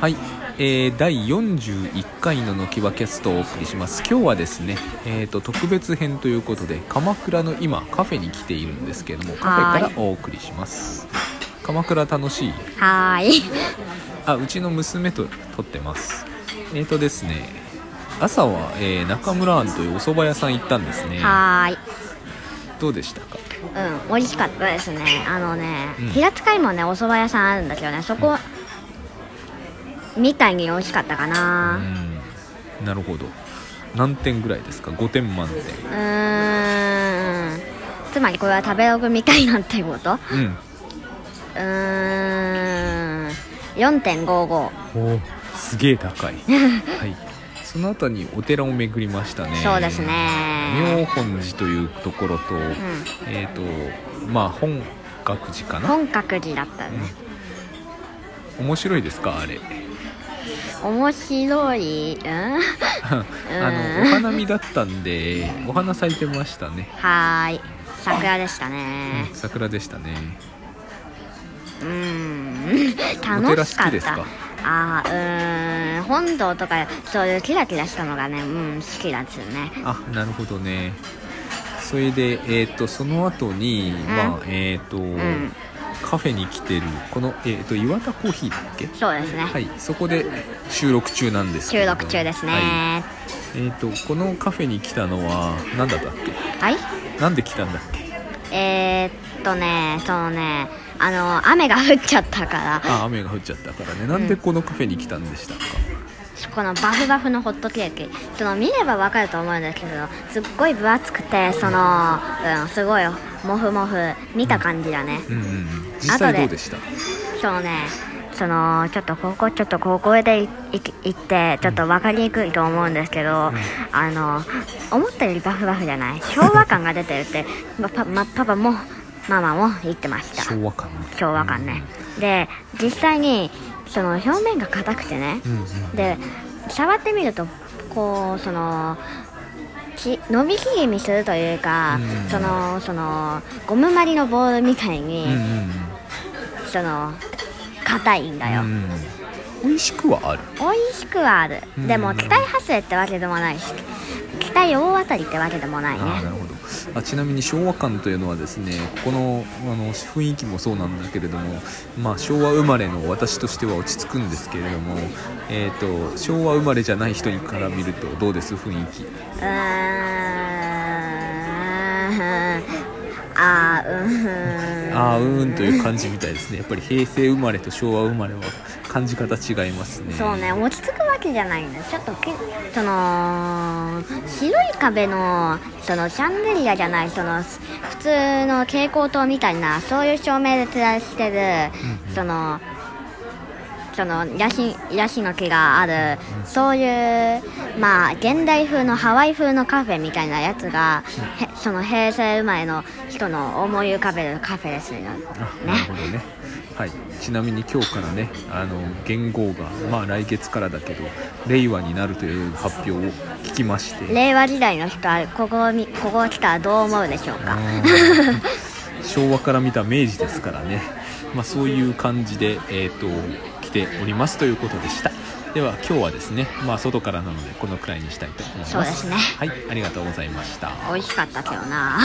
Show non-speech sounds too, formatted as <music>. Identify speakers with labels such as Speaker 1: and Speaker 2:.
Speaker 1: はい、えー、第41回ののきわキャストをお送りします今日はですね、えー、と特別編ということで鎌倉の今カフェに来ているんですけれどもカフェからお送りします鎌倉楽しい
Speaker 2: はーい。
Speaker 1: あうちの娘と撮ってますえー、とですね朝は、えー中村庵というお蕎麦屋さん行ったんですね
Speaker 2: はーい。
Speaker 1: どうでしたか
Speaker 2: うん、美味しかったですね。あのね、
Speaker 1: うん
Speaker 2: 平塚にもね、お蕎麦屋さんあるんだけどね、そこ、みたいに美味しかったか
Speaker 1: う
Speaker 2: な。
Speaker 1: んなるほど何点ぐらいですか5点満
Speaker 2: うーん。つまりこれは食べログみたいなんていうことう
Speaker 1: 点うん
Speaker 2: ーん。4.55。
Speaker 1: おすげえ高
Speaker 2: <laughs>
Speaker 1: い、はい、その後にお寺を巡りましたね
Speaker 2: そうですね。
Speaker 1: 妙本寺というところと、
Speaker 2: うん。
Speaker 1: えっ、とまあ本学寺かな
Speaker 2: 本格寺だったね。
Speaker 1: 面白いですかあれ
Speaker 2: 面白い。う
Speaker 1: <laughs>
Speaker 2: ん <laughs>
Speaker 1: あのお花見だったんでお花咲いてましたね
Speaker 2: はーい。桜でしたね。
Speaker 1: 桜でしたね
Speaker 2: うーん
Speaker 1: お寺
Speaker 2: 楽し
Speaker 1: 好
Speaker 2: か
Speaker 1: き
Speaker 2: っ
Speaker 1: です
Speaker 2: た
Speaker 1: か
Speaker 2: あーうーん本堂とかそういうキラキラしたのがねうん好きなんですよね
Speaker 1: あなるほどねそれで、えー、とその後に、まあえっ、と、
Speaker 2: ん
Speaker 1: カフェに来てるこの、えー、と岩田コーヒーだっけ
Speaker 2: そうですね、
Speaker 1: はい、そこで収録中なんですけれ
Speaker 2: 収
Speaker 1: ど
Speaker 2: 録中です
Speaker 1: はい
Speaker 2: ね
Speaker 1: えっ、とこのカフェに来たのは何だったっ
Speaker 2: はい、
Speaker 1: けなんで来たんだっけ
Speaker 2: えー、っとねそのねあの雨が降っちゃったから
Speaker 1: あ雨が降っちゃったからねなんでこのカフェに来たんでしたか、
Speaker 2: このバフバフのホットケーキその見ればわかると思うんですけどすっごい分厚くてその、うん、すごいモフモフ見た感じだね、
Speaker 1: うんうんうん実際どうでした
Speaker 2: そうねそのちょっとここちょっとここでいいき行ってちょっと分かりにくいと思うんですけど、あの思ったよりバフバフじゃない昭和感が出てるって <laughs> まパ,、ま、パパもママも言ってました
Speaker 1: 昭和感ね
Speaker 2: 昭和感ね、で実際にその表面が硬くてね、
Speaker 1: うんうん
Speaker 2: で触ってみるとこうそのき伸びきりにするというか、
Speaker 1: うん
Speaker 2: そのそのゴムまりのボールみたいに、
Speaker 1: うんうんうん
Speaker 2: その硬いんだよ、
Speaker 1: うん美味しくはある
Speaker 2: 美味しくはある、
Speaker 1: うん
Speaker 2: でも期待外れってわけでもないし期待大当たりってわけでもない
Speaker 1: あーな
Speaker 2: ね
Speaker 1: るほどあちなみに昭和感というのはですねここのあの雰囲気もそうなんだけれども、まあ、昭和生まれの私としては落ち着くんですけれども、えー、と昭和生まれじゃない人から見るとどうです雰囲気
Speaker 2: うーんあーうーん
Speaker 1: あーうーんという感じみたいですねやっぱり平成生まれと昭和生まれは感じ方違いますね
Speaker 2: そうね落ち着くわけじゃないんだよちょっとけその白い壁のそのシャンデリアじゃないそのす普通の蛍光灯みたいなそういう照明で照らしてる、そのそのヤシヤシの木がある、そういうまあ現代風のハワイ風のカフェみたいなやつが、へその平成生まれの人の思い浮かべるカフェですよね
Speaker 1: あなるほどねはい、ちなみに今日からねあの元号が、まあ、来月からだけど令和になるという発表を聞きまして
Speaker 2: 令和時代の人はここにここ来たらどう思うでしょうか、
Speaker 1: 昭和から見た明治ですからね、まあ、そういう感じで、えー、と来ておりますということでしたでは今日はですね、まあ、外からなのでこのくらいにしたいと思います
Speaker 2: そうですね
Speaker 1: はいありがとうございました
Speaker 2: 美味しかったけどな